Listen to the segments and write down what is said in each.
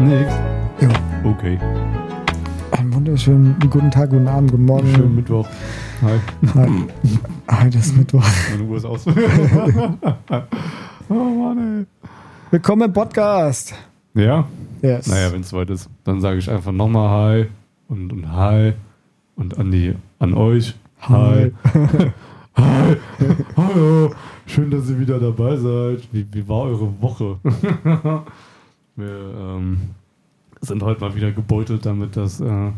Nix. Ja. Okay. Einen wunderschönen guten Tag, guten Abend, guten Morgen. Schönen Mittwoch. Hm. Hi. Hi. Heute ist Mittwoch. Meine Uhr ist aus. oh Mann, Willkommen im Podcast. ey. Ja? Yes. Naja, wenn es soweit ist, dann sage ich einfach nochmal Hi und, und Hi und an die, an euch. Hi. Hi. Hallo. Schön, dass ihr wieder dabei seid. Wie, wie war eure Woche? Wir ähm, sind heute mal wieder gebeutelt damit, dass äh,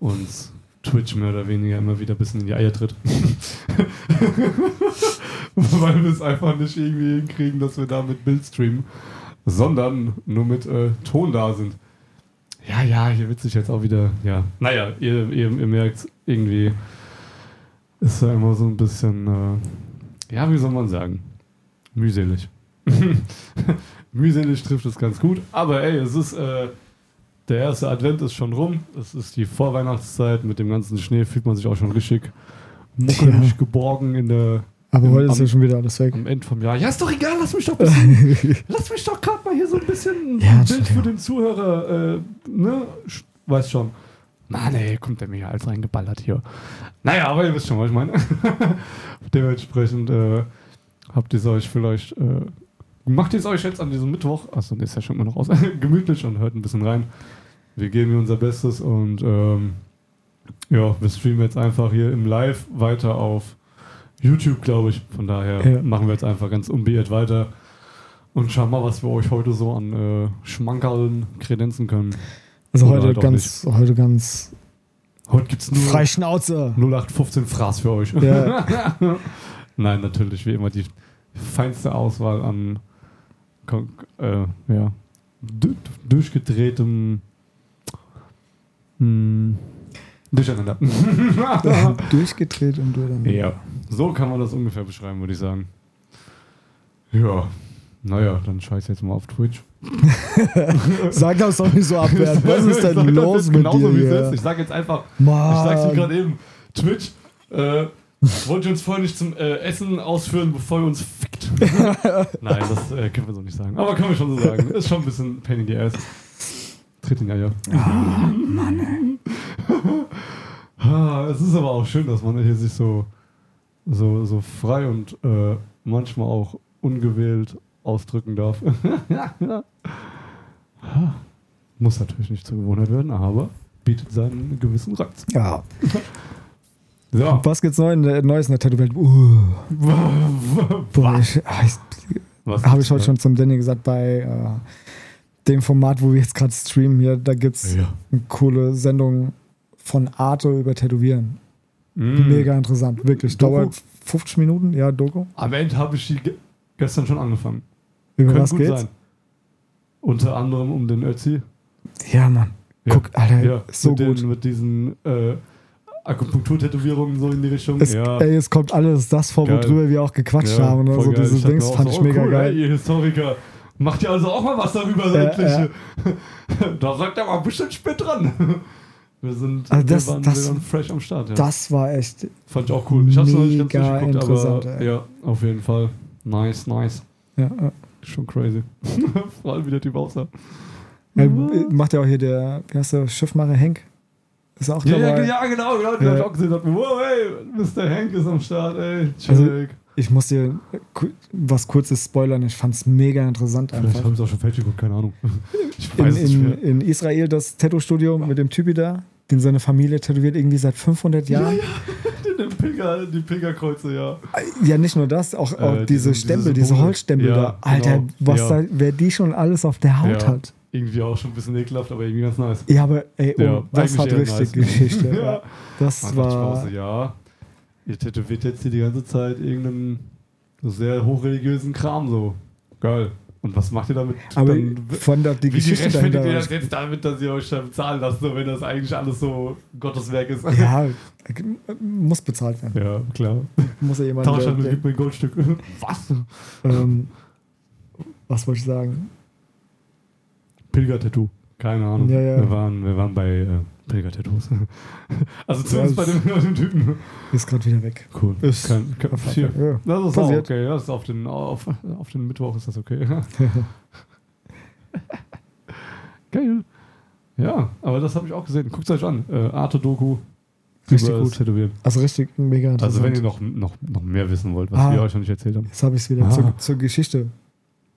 uns Twitch mehr oder weniger immer wieder ein bisschen in die Eier tritt. Weil wir es einfach nicht irgendwie hinkriegen, dass wir da mit Bild streamen, sondern nur mit äh, Ton da sind. Ja, ja, hier wird sich jetzt auch wieder, ja. Naja, ihr, ihr, ihr merkt irgendwie, ist ja immer so ein bisschen, äh, ja, wie soll man sagen, mühselig. mühselig trifft es ganz gut, aber ey, es ist, äh, der erste Advent ist schon rum, es ist die Vorweihnachtszeit, mit dem ganzen Schnee fühlt man sich auch schon richtig muckelig Ja. geborgen in der Aber Im- heute ist am- ja schon wieder alles weg. am Ende vom Jahr. Ja, ist doch egal, lass mich doch bisschen, lass mich doch gerade mal hier so ein bisschen Ja, ein Bild Entschuldigung. für den Zuhörer, äh, ne? Sch- Weiß schon. Mann, ey, kommt der mir hier alles reingeballert hier. Naja, aber ihr wisst schon, was ich meine. Dementsprechend äh, habt ihr es euch vielleicht, äh, macht ihr es euch jetzt an diesem Mittwoch, achso, der ist ja schon immer noch aus, gemütlich und hört ein bisschen rein. Wir geben hier unser Bestes und ähm, ja, wir streamen jetzt einfach hier im Live weiter auf YouTube, glaube ich. Von daher Ja. machen wir jetzt einfach ganz unbeirrt weiter und schauen mal, was wir euch heute so an äh, Schmankerln kredenzen können. Also Oder heute halt auch ganz, heute ganz Heute gibt's nur frei Schnauze. 0815 Fraß für euch. Ja. Nein, natürlich, wie immer, die feinste Auswahl an kon- äh, ja, du- durchgedrehtem hm, Durcheinander. Durchgedreht und du dann. Ja, so kann man das ungefähr beschreiben, würde ich sagen. Ja, naja, dann scheiß jetzt mal auf Twitch. Sag das doch nicht so abwertend. Was ist Ich sag denn das los jetzt mit genauso dir? Wie es hier? ist. Ich sag jetzt einfach, Mann. ich sag's dir gerade eben, Twitch, äh, wollt ihr uns vorher nicht zum äh, Essen ausführen, bevor ihr uns fickt? Nein, das äh, können wir so nicht sagen. Aber können wir schon so sagen. Ist schon ein bisschen Pain in the Ass. Tritt in die Eier. Ah, es ist aber auch schön, dass man hier sich so, so, so frei und äh, manchmal auch ungewählt ausdrücken darf. Ah, Muss natürlich nicht zur Gewohnheit werden, aber bietet seinen gewissen Reiz. ja. So. Was gibt's neu in der, Neues in der Tattoo-Welt? Uh, boah, ich, ah, ich, Was habe ich heute schon zum Danny gesagt, bei äh, dem Format, wo wir jetzt gerade streamen hier, da gibt's Ja. eine coole Sendung von Arte über Tätowieren. Mm. Mega interessant, wirklich. Doku? Dauert 50 Minuten, ja, Doku. Am Ende habe ich die ge gestern schon angefangen. Über Könnte was gut geht's? sein. Unter anderem um den Ötzi. Ja, Mann. Ja. Guck, Alter, Ja, ist so mit, den- gut. mit diesen äh, Akupunktur-Tätowierungen so in die Richtung. Es, ja. Ey, es kommt alles das vor, Geil. worüber wir auch gequatscht ja, haben. voll Also geil. diese dachte Dings mir auch fand so, ich oh, mega cool, geil. Ey, ihr Historiker, macht ihr also auch mal was darüber, Ja, sämtliche. da sagt er mal ein bisschen spät dran. Wir sind Also das- wir waren, das- wir waren fresh am Start. Ja. Das war echt. Fand ich auch cool. Ich hab's noch nicht ganz Mega durchgeguckt, interessant, aber ey. ja, auf jeden Fall. Nice, nice. Ja, ja. Schon crazy. Vor allem, wie der Typ aussah. Ey, macht ja auch hier der, wie heißt der, Schiffmacher Henk? Ist auch Ja, dabei. ja, ja, genau, genau. Den Ja. hab ich auch gesehen. Dachte mir, wow, ey, Mr. Hank ist am Start, ey. Also, Check. Ich muss dir ku- was kurzes spoilern. Ich fand's mega interessant Vielleicht einfach. haben sie auch schon falsch geguckt, keine Ahnung. Ich in, weiß es in, nicht in Israel das Tattoo-Studio mit dem Typi da, den seine Familie tätowiert irgendwie seit 500 Jahren. Ja, mehr. Den Pilger, die Pilgerkreuze, ja. nicht nur das, auch, auch Äh, diese diese- Stempel, diese diese Symbole. Holzstempel Ja, da. Alter, genau. was Ja. da, wer die schon alles auf der Haut Ja. hat. Irgendwie auch schon ein bisschen ekelhaft, aber irgendwie ganz nice. Ja, aber ey, oh, Ja, das eigentlich hat eher richtig nice. Geschichte. Ja. ja. Das Man dachte war. ich mir auch so, ja, ihr tätowiert jetzt hier die ganze Zeit irgendeinen so sehr hochreligiösen Kram so. Geil. Und was macht ihr damit? aber Dann- von der die Wie Geschichte gerechtfertigt ihr dahinter. das jetzt damit, dass ihr euch da bezahlen lasst, so, wenn das eigentlich alles so Gotteswerk ist? Ja, äh, muss bezahlt werden. Ja, klar. Muss ja jemand. Tausch mit, der, gib mir ein Goldstück. Was? ähm, was wollte ich sagen? Pilgertattoo. Keine Ahnung. Ja, ja. Wir, waren, wir waren bei äh, Pilgertattoos. also zumindest Ja, bei dem, bei dem Typen. Ist gerade wieder weg. Cool. Ist- Kein, kein, hier. Ja. Das ist Passiert. auch okay. Das ist auf, den, auf, auf den Mittwoch ist das okay. Geil. Ja, aber das habe ich auch gesehen. Guckt euch an. Äh, Arte-Doku. Richtig über das gut. Tätowieren. Also richtig mega Also interessant. wenn ihr noch, noch, noch mehr wissen wollt, was Ah. wir euch noch nicht erzählt haben. Jetzt habe ich es wieder Ah. zur, zur Geschichte.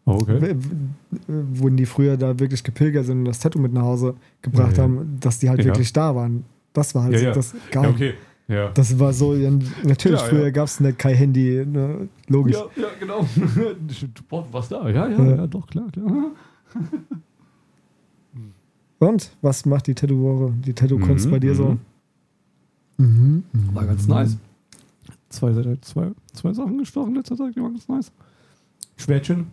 Oh, okay. W- w- Wurden die früher da wirklich gepilgert sind und das Tattoo mit nach Hause gebracht Ja, ja. haben, dass die halt Ja. wirklich da waren. Das war halt Ja, ja. das Ja, gab. okay. Ja. Das war so, ja, natürlich, Klar, ja. früher gab es kein Handy, ne? logisch. Ja, ja, genau. Boah, was da? Ja, ja, Ja. ja, doch, klar, klar. Und was macht die Tattoo-Woche, die Tattoo-Kunst Mhm, bei dir so? mhm. Mhm. War ganz nice. Zwei, zwei, zwei Sachen gestochen in letzter Zeit, die waren ganz nice. Schwertchen.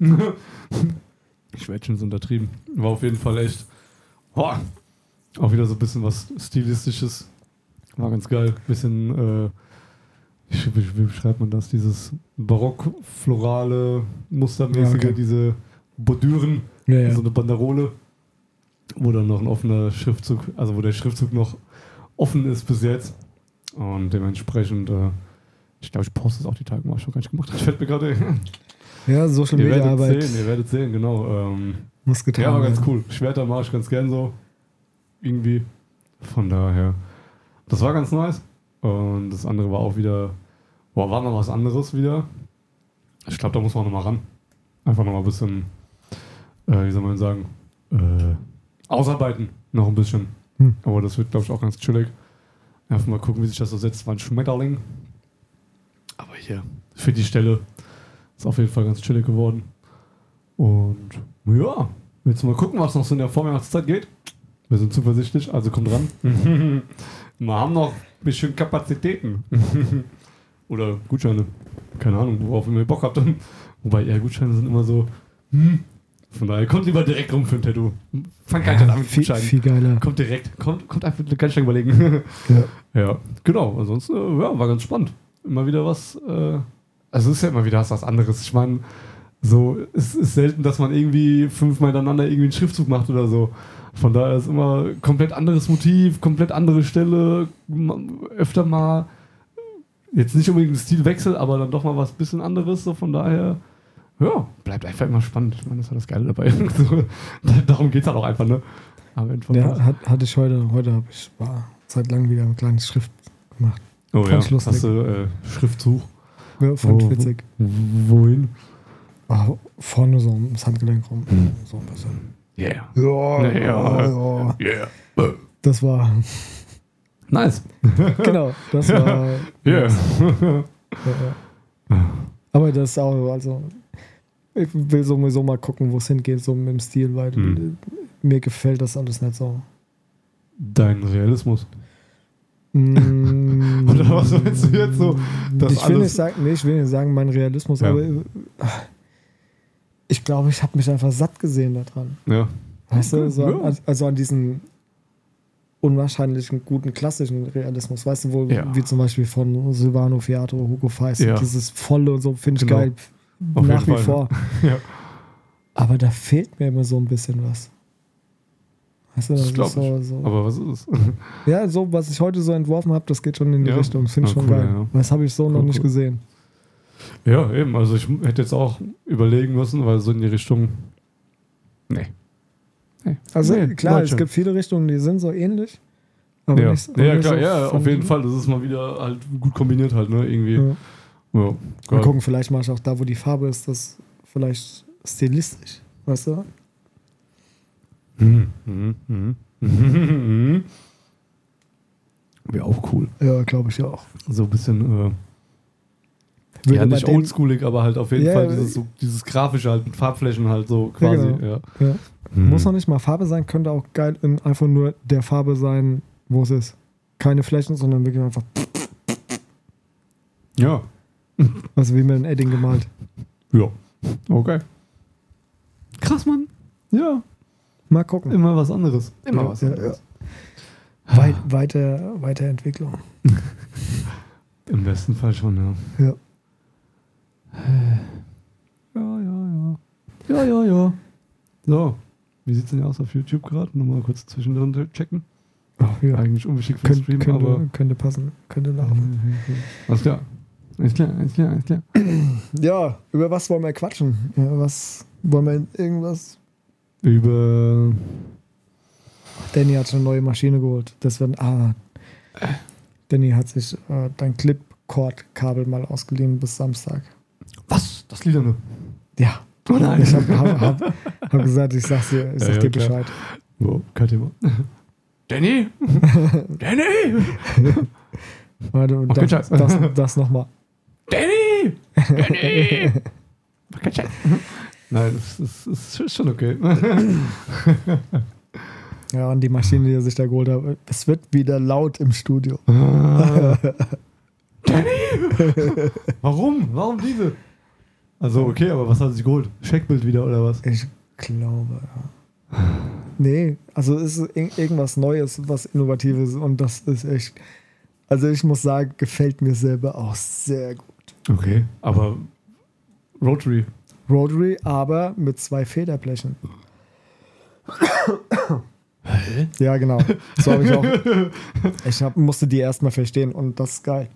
Schwertchen ist untertrieben. War auf jeden Fall echt. Boah. Auch wieder so ein bisschen was Stilistisches. War ganz geil. Bisschen, äh, wie, wie, wie beschreibt man das? Dieses barock-florale, mustermäßige, Ja, okay. diese Bordüren. Ja, ja. so eine Banderole, wo dann noch ein offener Schriftzug, also wo der Schriftzug noch offen ist bis jetzt. Und dementsprechend, äh, ich glaube, ich poste es auch die Tage mal, hab ich noch gar nicht gemacht. Das fällt mir gerade ein. ja Social Ihr Media werdet Arbeit sehen, ihr werdet sehen, genau. Ähm, muss getan ne? ja, war ganz werden. cool. Schwerter mache ich ganz gern so. Irgendwie. Von daher. Das war ganz nice. Und das andere war auch wieder. Boah, war noch was anderes wieder. Ich glaube, da muss man nochmal ran. Einfach nochmal ein bisschen, äh, wie soll man sagen, äh, ausarbeiten. Noch ein bisschen. Hm. Aber das wird, glaube ich, auch ganz chillig. Einfach mal gucken, wie sich das so setzt. War ein Schmetterling. Aber hier, für die Stelle ist auf jeden Fall ganz chillig geworden. Und ja, willst du mal gucken, was noch so in der Vorweihnachtszeit geht? Wir sind zuversichtlich, also kommt ran. Wir haben noch ein bisschen Kapazitäten. Oder Gutscheine. Keine Ahnung, worauf ihr Bock habt. Wobei, ja, Gutscheine sind immer so, hm. Von daher kommt lieber direkt rum für ein Tattoo. Fang gar nicht Ja, an mit viel, Gutscheinen. viel geiler. Kommt direkt, kommt, kommt einfach ganz schnell überlegen. Ja. ja, genau. Ansonsten äh, ja, war ganz spannend. Immer wieder was. Äh, also es ist ja immer wieder was, was anderes. Ich meine, so es ist selten, dass man irgendwie fünfmal hintereinander irgendwie einen Schriftzug macht oder so. Von daher ist immer komplett anderes Motiv, komplett andere Stelle, m- öfter mal äh, jetzt nicht unbedingt ein Stilwechsel, aber dann doch mal was bisschen anderes. So von daher. Ja, bleibt einfach immer spannend. Ich meine, das war das Geile dabei. so, darum geht es halt auch einfach, ne? Am Ende vom Tag. Ja, hat, hatte ich heute, heute habe ich war seit langem wieder ein kleines Schrift gemacht. Oh Fand ich ja, lustig. hast du äh, Schriftzug? Ja, ne, fand Oh. ich witzig. Wohin? Ah, vorne so ums Handgelenk rum. So ein bisschen. Yeah. Ja, Mhm. Ja. ja, ja. Yeah. Das war, Nice. genau, das war. Yeah. Ja, ja. Aber das ist auch, also, ich will sowieso mal gucken, wo es hingeht, so mit dem Stil, weil Hm. mir gefällt das alles nicht so. Dein Realismus. Mm. Oder was meinst du jetzt so, dass ich, will alles- nicht sagen, nee, ich will nicht sagen, mein Realismus, Ja. aber äh, ich glaube, ich habe mich einfach satt gesehen daran. Ja. Weißt du, Okay, so, ja. an- also an diesen unwahrscheinlichen, guten, klassischen Realismus. Weißt du, wo, Ja. wie zum Beispiel von Silvano Fiato, Hugo Feist, Ja. dieses Volle und so, finde ich Genau. geil. Auf nach wie jeden Fall. vor. Ja. Aber da fehlt mir immer so ein bisschen was. Weißt du, Das das ist glaub ich. so, so. Aber was ist es? Ja, so, was ich heute so entworfen habe, das geht schon in die Ja. Richtung. Das finde ich Ah, schon cool, geil. ja. Das habe ich so noch Cool, nicht cool. gesehen. ja, eben. Also ich hätte jetzt auch überlegen müssen, weil so in die Richtung. Nee. Nee. Also Nee, klar, es Deutschland. gibt viele Richtungen, die sind so ähnlich. Aber ja. nicht, aber ja, nicht klar, so ja, von- auf jeden Fall. Das ist mal wieder halt gut kombiniert halt, ne? Irgendwie. Ja. Ja. Mal geil. gucken, vielleicht mache ich auch da, wo die Farbe ist, das vielleicht stilistisch. Weißt du? Mhm. Mhm. Mhm. Mhm. Wäre auch cool. Ja, glaube ich auch. So ein bisschen. Äh, Würde ja, bei nicht dem- oldschoolig, aber halt auf jeden Ja, Fall ja. dieses, so, dieses grafische halt mit Farbflächen halt so quasi. Ja, genau. Ja. Mhm. Muss noch nicht mal Farbe sein, könnte auch geil in einfach nur der Farbe sein, wo es ist. Keine Flächen, sondern wirklich einfach, ja. also wie man ein Edding gemalt. ja. Okay. Krass, Mann. Ja, Mal gucken. immer was anderes. Ja, ja, Ah. ja. Weit, weiter, Weiterentwicklung. Im besten Fall schon, ja. Ja. Ja, ja, ja. Ja, ja, ja. So. Wie sieht's denn aus auf YouTube gerade? Nochmal kurz zwischendrin checken. Ach, ja. Eigentlich unwichtig für den Könnt, Stream, könnte, aber. könnte passen, könnte laufen. Alles klar. Alles klar, alles klar, alles klar. Ja, über was wollen wir quatschen? Ja, was wollen wir irgendwas? Über Danny hat schon eine neue Maschine geholt. Das wird ah. Danny hat sich äh, dein Clipcord-Kabel mal ausgeliehen bis Samstag. Was? Das Liederne? Ja. Oh nein. Ich hab, hab, hab, hab gesagt, ich sag's dir, ich Ja, sag ja, dir klar. Bescheid. Wow, kein Thema. Danny? Danny? Warte, und Mach keinen das, Scheiß. das, das nochmal. Danny! Danny! Mach keinen Scheiß. Nein, das ist, das ist schon okay. Ja, und die Maschine, die er sich da geholt hat, es wird wieder laut im Studio. Warum? Warum diese? Also okay, aber was hat sie geholt? Scheckbild wieder oder was? Ich glaube, ja. Nee, also es ist ir- irgendwas Neues, was Innovatives und das ist echt. Also ich muss sagen, gefällt mir selber auch sehr gut. Okay. Aber Rotary. Rotary, aber mit zwei Federblechen. Hä? Ja, genau. So habe ich auch. Ich hab, musste die erstmal verstehen und das ist geil.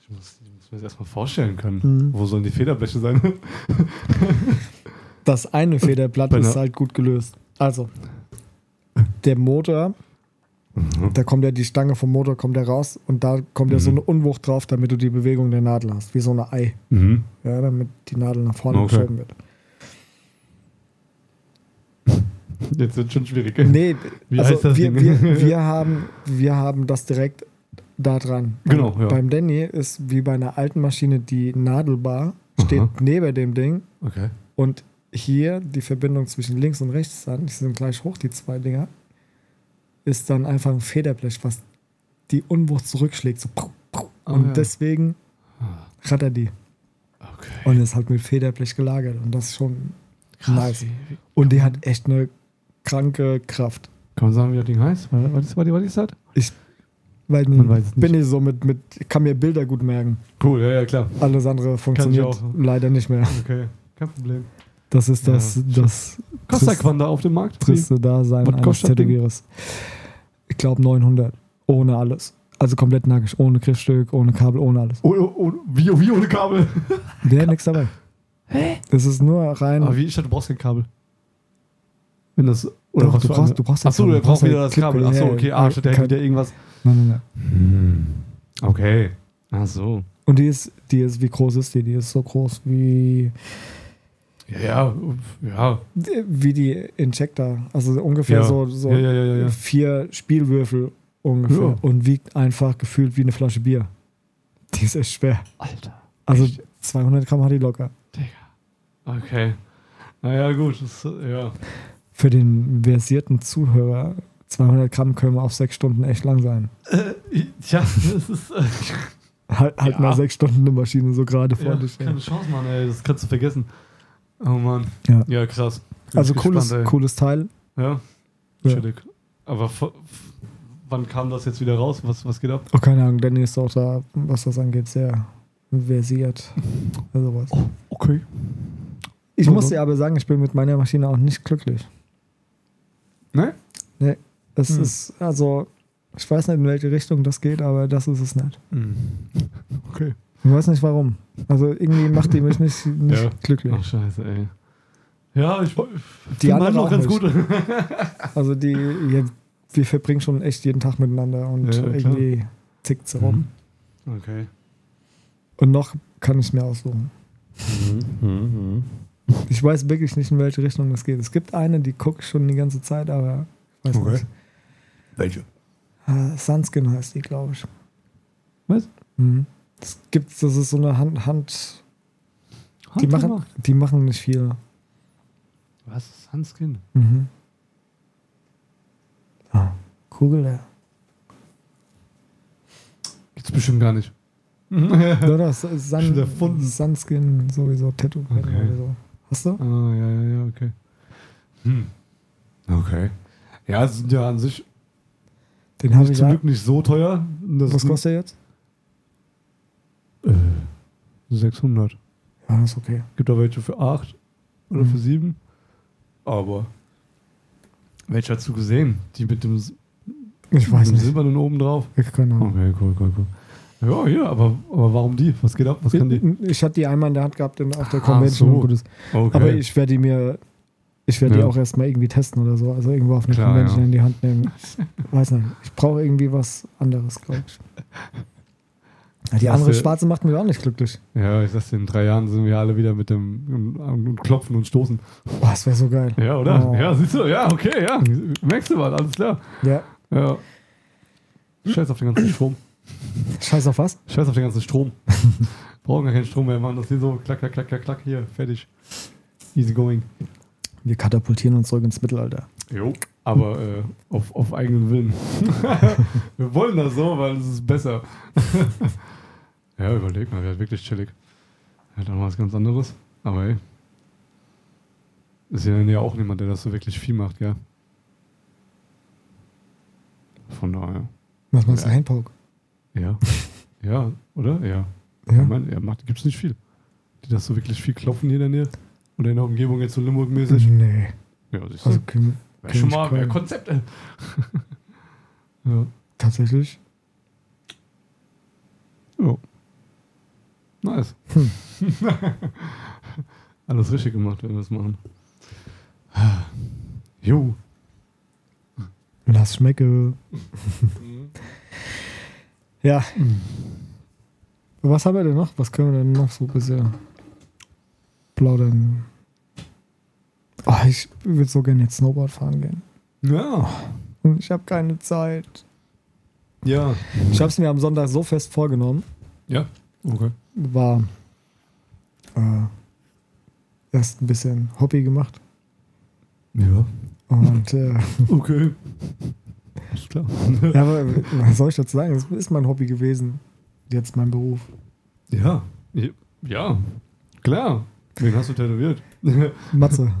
Ich muss, ich muss mir das erstmal vorstellen können. Mhm. Wo sollen die Federbleche sein? Das eine Federblatt Bei ist einer- halt gut gelöst. Also, der Motor, Mhm. da kommt ja die Stange vom Motor, kommt ja raus und da kommt ja so eine Unwucht drauf, damit du die Bewegung der Nadel hast, wie so eine Ei. Mhm. Ja, damit die Nadel nach vorne Okay. geschoben wird. Jetzt wird schon schwierig. Nee, Wie also heißt das wir, Ding? wir, wir, haben, wir haben das direkt da dran. Also Genau, ja. Beim Danny ist wie bei einer alten Maschine die Nadelbar, steht Aha. neben dem Ding Okay. und hier die Verbindung zwischen links und rechts dann, die sind gleich hoch, die zwei Dinger, ist dann einfach ein Federblech, was die Unwucht zurückschlägt. So, prau, prau. Ah, und ja. Ah. deswegen hat er die. Okay. Und ist halt mit Federblech gelagert und das ist schon nice. Wie, wie, Und die hat echt eine kranke Kraft. kann man sagen, wie das Ding heißt? War, war, das, war, die, war die Zeit? Weil Man weiß es nicht. bin ich so mit, mit, ich kann mir Bilder gut merken. Cool, ja, ja, klar. Alles andere funktioniert auch. leider nicht mehr. Okay, kein Problem. Das ist Ja. das, das Costa Trist- Quanda auf dem Markt? triste Dasein Was eines kostet das Ding? Tätowierers. Ich glaube 900. Ohne alles. Also komplett nackig. Ohne Griffstück, ohne Kabel, ohne alles. Oh, oh, oh, wie, wie ohne Kabel? Der hat nichts dabei. Hä? Das ist nur rein. Aber wie ich dachte, du brauchst kein Kabel. Wenn das. Oder Doch, was du für brauchst- eine- du brauchst ja Achso, Kabel. du Du brauchst brauchst wieder ja das Clip- Kabel. Achso, ja, okay. ja. Ah, statt der Kein- hätte wieder irgendwas. Nein, nein, nein. Hm, Okay. Achso. Und die ist, die ist, wie groß ist die? Die ist so groß wie, Ja, ja. wie die Injector. Also ungefähr Ja. so, so Ja, ja, ja, ja. vier Spielwürfel ungefähr Ja. und wiegt einfach gefühlt wie eine Flasche Bier. Die ist echt schwer. Alter. Also Echt? 200 Gramm hat die locker. Okay. Naja, gut. Das, ja. Für den versierten Zuhörer, 200 Gramm können wir auf sechs Stunden echt lang sein. Äh, Tja, das ist. Äh, Halt, halt Ja. mal sechs Stunden eine Maschine so gerade vor ja, dich. keine Chance, Mann, ey. Das kannst du vergessen. Oh, Mann. Ja. Ja, krass. Bin Also ich cooles, gespannt, ey. cooles Teil. Ja, Ja. chillig. Aber v- f- wann kam das jetzt wieder raus? Was, was geht ab? Oh, keine Ahnung, Danny ist auch da, was das angeht, sehr versiert. Also was. Okay. Ich muss dir aber sagen, ich bin mit meiner Maschine auch nicht glücklich. Ne? Es Hm. ist, also, ich weiß nicht, in welche Richtung das geht, aber das ist es nicht. Hm. Okay. Ich weiß nicht warum. Also irgendwie macht die mich nicht, nicht Ja. glücklich. Ach, scheiße, ey. Ja, ich, ich Die bin andere noch auch ganz nicht. gut. Also die, ja, wir verbringen schon echt jeden Tag miteinander und Ja, klar. Mhm. irgendwie tickt sie rum. Okay. Und noch kann ich mir aussuchen. Ich weiß wirklich nicht, in welche Richtung das geht. Es gibt eine, die gucke ich schon die ganze Zeit, aber ich weiß Okay. nicht. Welche? Äh, Sunskin heißt die, glaube ich. Was? Mhm. Das gibt's, das ist so eine Hand, Hand. Die machen, die machen nicht viel. Was ist Sunskin? Mhm. Ah, Kugel, ja. Gibt's bestimmt gar nicht. Mhm. Oder das Sun, Schon erfunden. Sunskin sowieso Tattoo Okay. oder so. Hast du? Ah, ja, ja, ja, okay. Hm. Okay. Ja, es sind ja an sich Den habe ich zum ja. Glück nicht so teuer. Das Was ist- kostet der jetzt? Äh, 600. Ja, Ah, ist okay. Gibt da welche für 8 oder Mhm. für 7. Aber welche hast du gesehen? Die mit dem, S- Ich mit weiß dem nicht. Silbernen oben drauf? Ich, keine Ahnung. Okay, cool, cool, cool. Ja, ja, aber, aber warum die? Was geht ab? Was kann die? Ich, ich hatte die einmal in der Hand gehabt in, auf der Ah, Convention. so. Gutes. Okay. Aber ich werde die mir Ich werde die Ja. auch erstmal irgendwie testen oder so. Also irgendwo auf einen Klar, Menschen ja. in die Hand nehmen. Weiß nicht. Ich brauche irgendwie was anderes, glaube ich. Ja, Die Hast andere du- schwarze macht mich auch nicht glücklich. Ja, ich sag's dir, in drei Jahren sind wir alle wieder mit dem am- am Klopfen und Stoßen. Boah, das wäre so geil. Ja, oder? Oh. Ja, siehst du, ja, okay, ja. Merkst du mal, alles klar. Ja. Ja. Scheiß auf den ganzen Strom. Scheiß auf was? Scheiß auf den ganzen Strom. Brauchen gar keinen Strom mehr, machen das hier so, klack, klack, klack, klack, klack, hier, fertig. Easy going. Wir katapultieren uns zurück ins Mittelalter. Jo. Aber äh, auf, auf eigenen Willen. wir wollen das so, weil es ist besser. ja, überleg mal, wäre wirklich chillig. Ja, dann war es ganz anderes. Aber ey. Ist ja dann ja auch niemand, der das so wirklich viel macht, gell? Von daher. Was meinst du, Ja. Handpoke? Ja. Ja, oder? Ja. Ich Ja. meine, ja, gibt es nicht viel. Die das so wirklich viel klopfen hier in der Nähe. Oder in der Umgebung jetzt so Limburg-mäßig. Nee. Ja, siehst du. Mhm. Also, Kim- Wär schon mal König mehr Köln. Konzepte. ja. tatsächlich. ja. Nice. Alles richtig gemacht, wenn wir es machen. Jo. Lass schmecke. Mhm. Ja. Mhm. Was haben wir denn noch? Was können wir denn noch so bisher plaudern? Oh, ich würde so gerne jetzt Snowboard fahren gehen. Ja. Und ich habe keine Zeit. Ja. Ich habe es mir am Sonntag so fest vorgenommen. Ja. Okay. War äh, erst ein bisschen Hobby gemacht. Ja. Und äh, Okay. Ist klar. ja, aber was soll ich dazu sagen? Das ist mein Hobby gewesen. Jetzt mein Beruf. Ja. Ja. Klar. Wen hast du tätowiert? Matze.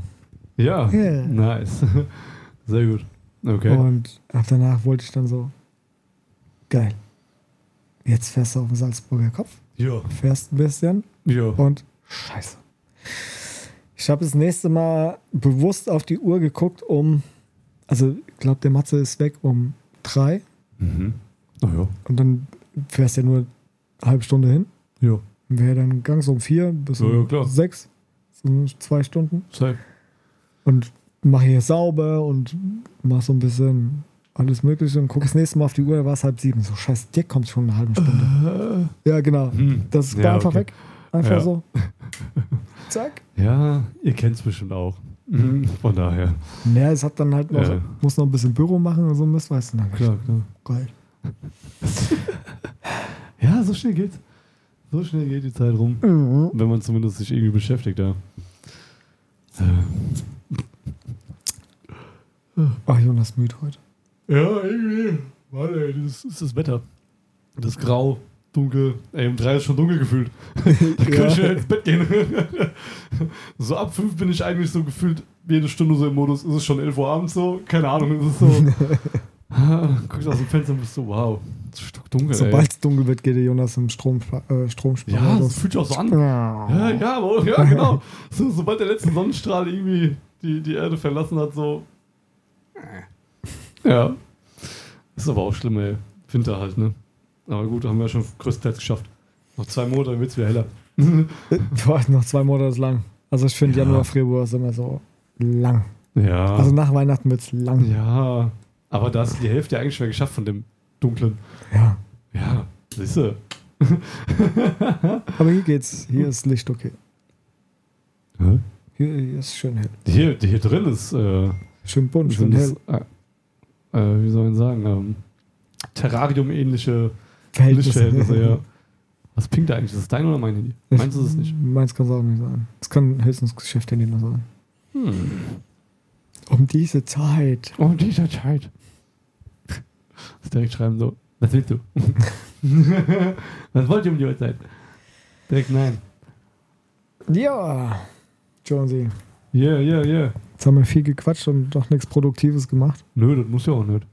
ja. Oh. Yeah. Nice. Sehr gut. Okay. Und ab danach wollte ich dann so, geil, jetzt fährst du auf den Salzburger Kopf, Ja. fährst ein bisschen Ja. und scheiße. Ich habe das nächste Mal bewusst auf die Uhr geguckt, um, also ich glaube, der Matze ist weg um drei Mhm. Na ja. und dann fährst du ja nur eine halbe Stunde hin. Ja. Wäre dann ganz um vier bis Ja, ja, um klar. sechs, so zwei Stunden. Safe. und mache hier sauber und mache so ein bisschen alles Mögliche und gucke das nächste Mal auf die Uhr, da war es halb sieben. So, scheiß Dick kommt schon in einer halben Stunde. Äh, Ja, genau. Hm. Das war Ja, einfach okay. weg. Einfach Ja. so. Zack. Ja, ihr kennt es bestimmt auch. Mhm. Von daher. äh, Ja, es hat dann halt noch, Ja. muss noch ein bisschen Büro machen und so Mist, weißt du. Dann Klar, klar. Geil. Ja, so schnell geht's. So schnell geht die Zeit rum. Mhm. Wenn man zumindest sich irgendwie beschäftigt, ja. Ach, Jonas ist müde heute. Ja, irgendwie. Mann, ey, das ist das Wetter. Das ist grau, dunkel. Ey, um drei ist schon dunkel gefühlt. Da könnte ich schnell ins Bett gehen. so ab fünf bin ich eigentlich so gefühlt jede Stunde so im Modus, ist es schon 11 Uhr abends so? Keine Ahnung, ist es so. Guckst aus dem Fenster und bist so, wow, es ist stockdunkel, ey. Sobald es dunkel wird, geht der Jonas im Strom, äh, Stromspann. Ja, das fühlt sich auch so an. Ja, ja, aber, ja genau. So, sobald der letzte Sonnenstrahl irgendwie die, die Erde verlassen hat, so. Ja. Ist aber auch schlimm, ey. Winter halt, ne? Aber gut, haben wir schon größtenteils geschafft. Noch zwei Monate, dann wird's wieder heller. Boah, noch zwei Monate ist lang. Also ich finde Ja. Januar, Februar ist immer so lang. Ja. Also nach Weihnachten wird es lang. ja. Aber da ist die Hälfte eigentlich schon geschafft von dem dunklen. ja. Ja, siehst du. Aber hier geht's. Hier ist Licht okay. Hä? Hier, hier ist schön hell. Hier, hier drin ist. Äh, Schön bunt, schön sind es, hell. äh, äh, wie soll man sagen? Ähm, Terrarium-ähnliche. Lichtverhältnisse, ja. Was pinkt da eigentlich? Ist das dein oder mein Handy? Ich- Meinst du es nicht? Meins kann es auch nicht sein. Es kann höchstens Geschäftshandy nur sein. Hm. Um diese Zeit. Oh, dieser Zeit. Das direkt schreiben so. Was willst du? Was wollt ihr um die Uhrzeit? Direkt nein. Ja, Jonesy. Yeah, yeah, yeah. Jetzt haben wir viel gequatscht und doch nichts Produktives gemacht. Nö, das muss ja auch nicht.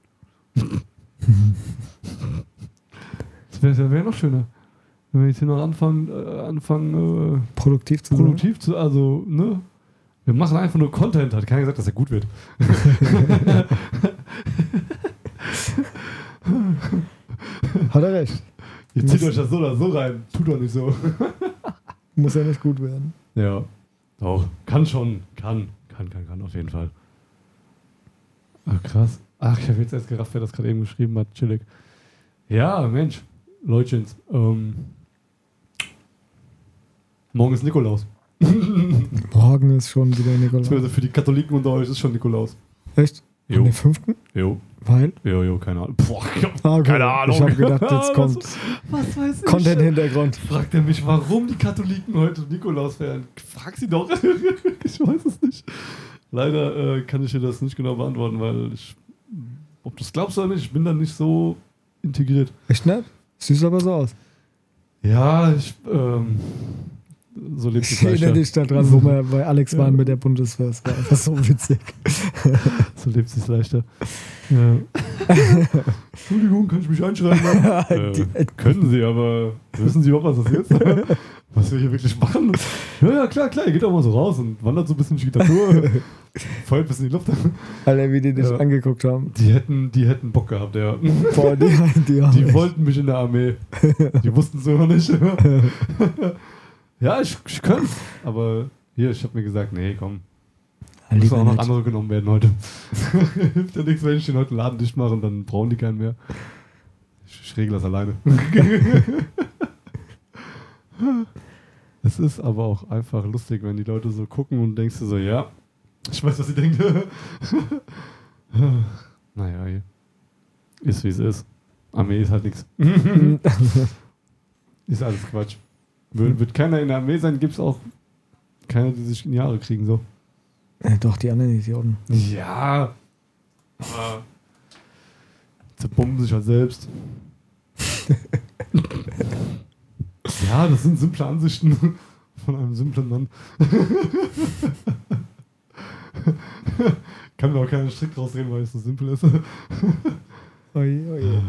das wäre wär noch schöner. Wenn wir jetzt hier noch anfangen, äh, anfangen äh, Produktiv zu sein. produktiv zu, also, ne? Wir machen einfach nur Content, hat keiner gesagt, dass er gut wird. Hat er recht. Ihr zieht Muss- euch das so oder so rein, tut doch nicht so. Muss ja nicht gut werden. Ja, doch, kann schon, kann, kann. kann, kann, kann, auf jeden Fall. Ach, krass. Ach, ich habe jetzt erst gerafft, wer das gerade eben geschrieben hat. Chillig. Ja, Mensch. Leutchens. Ähm, morgen ist Nikolaus. Morgen ist schon wieder Nikolaus. Beziehungsweise für die Katholiken unter euch ist schon Nikolaus. Echt? Jo. Am den fünften? Jo, Weil? jo, jo, keine Ahnung. Boah, ich hab Ah, okay. keine Ahnung. Ich habe gedacht, jetzt kommt Was weiß ich? Content-Hintergrund. Fragt er mich, warum die Katholiken heute Nikolaus feiern? Frag sie doch. ich weiß es nicht. Leider äh, kann ich dir das nicht genau beantworten, weil ich, ob du es glaubst oder nicht, ich bin da nicht so integriert. Echt nett? Süß aber so aus. Ja, ich, ähm, so lebt die Ich erinnere Fleischer. dich daran, wo wir bei Alex waren mit der Bundeswehr. Das war einfach so witzig. So lebt sie es leichter. Ja. Entschuldigung, kann ich mich einschreiben? äh, können Sie, aber wissen Sie überhaupt, was das ist? was wir hier wirklich machen? Ja, ja, klar, klar, ihr geht auch mal so raus und wandert so ein bisschen durch die Natur, feuert ein bisschen in die Luft. Alter, wie die dich Ja. angeguckt haben. Die hätten, die hätten Bock gehabt, ja. Boah, die, die, haben Die echt- wollten mich in der Armee. Die wussten es immer nicht. ja, ich, ich könnte aber hier, ich habe mir gesagt, nee, komm, müssen Lieber auch noch nicht. andere genommen werden heute. Hilft ja nichts, wenn ich den heute Laden dicht mache und dann brauchen die keinen mehr. Ich, ich regle das alleine. es ist aber auch einfach lustig, wenn die Leute so gucken und denkst du so, ja, ich weiß, was sie denkt. naja, je. ist wie es ist. Armee ist halt nichts. Hm. Ist alles Quatsch. Wird, wird keiner in der Armee sein, gibt es auch keiner, die sich in die Haare kriegen, so. Äh, Doch, die anderen Idioten. Ja. Aber zerbomben sich halt selbst. ja, das sind simple Ansichten von einem simplen Mann. Kann mir auch keinen Strick draus drehen, weil es so simpel ist. Oje, oje.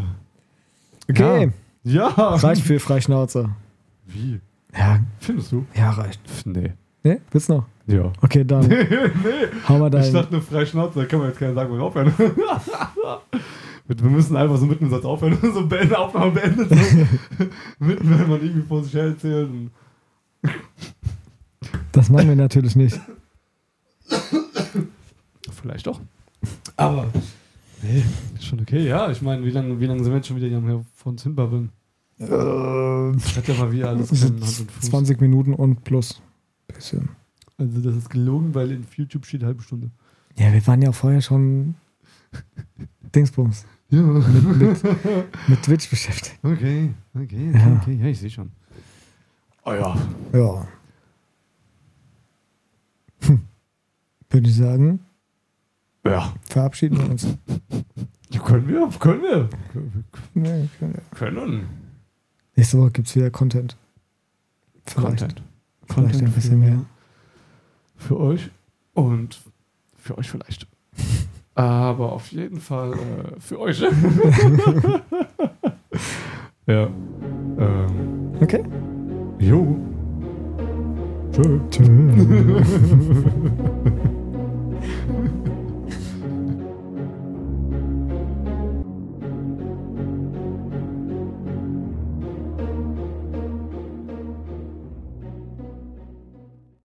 Okay, Ja. reicht für Freischnauze. Wie? Ja, Findest du? ja, reicht. Pff, Nee. Ne? Willst noch? Ja. Okay, dann nee. haben wir Ich dein. dachte, eine freie Schnauze, da kann man jetzt keiner sagen, wo wir aufhören. Wir wir müssen einfach so mitten im Satz aufhören, so beende, Aufnahme beendet. So. mitten, wenn man irgendwie vor sich her erzählt. Und Das machen wir natürlich nicht. Vielleicht doch. Aber, nee, ist schon okay. Ja, ich meine, wie lange wie lange sind wir jetzt schon wieder hier am Her- vor uns hinbabbeln? Äh, Ich hatte ja mal wieder alles keinen Hand und Fuß. 20 Minuten und plus. Bisschen. Also, das ist gelogen, weil in YouTube steht halbe Stunde. Ja, wir waren ja vorher schon Dingsbums Ja, mit Twitch beschäftigt. okay, okay, okay, Ja. okay. Ja, ich sehe schon. Oh ja. Ja. Hm. Würde ich sagen, Ja. verabschieden wir uns. Ja, können wir, können wir. Können Nee, können wir. wir. Können. Nächste Woche gibt es wieder Content. Vielleicht. Content. Vielleicht ein bisschen mehr. Für euch und für euch vielleicht. Aber auf jeden Fall äh, für euch. ja. Ähm, Okay. jo. Tschö. Tschüss.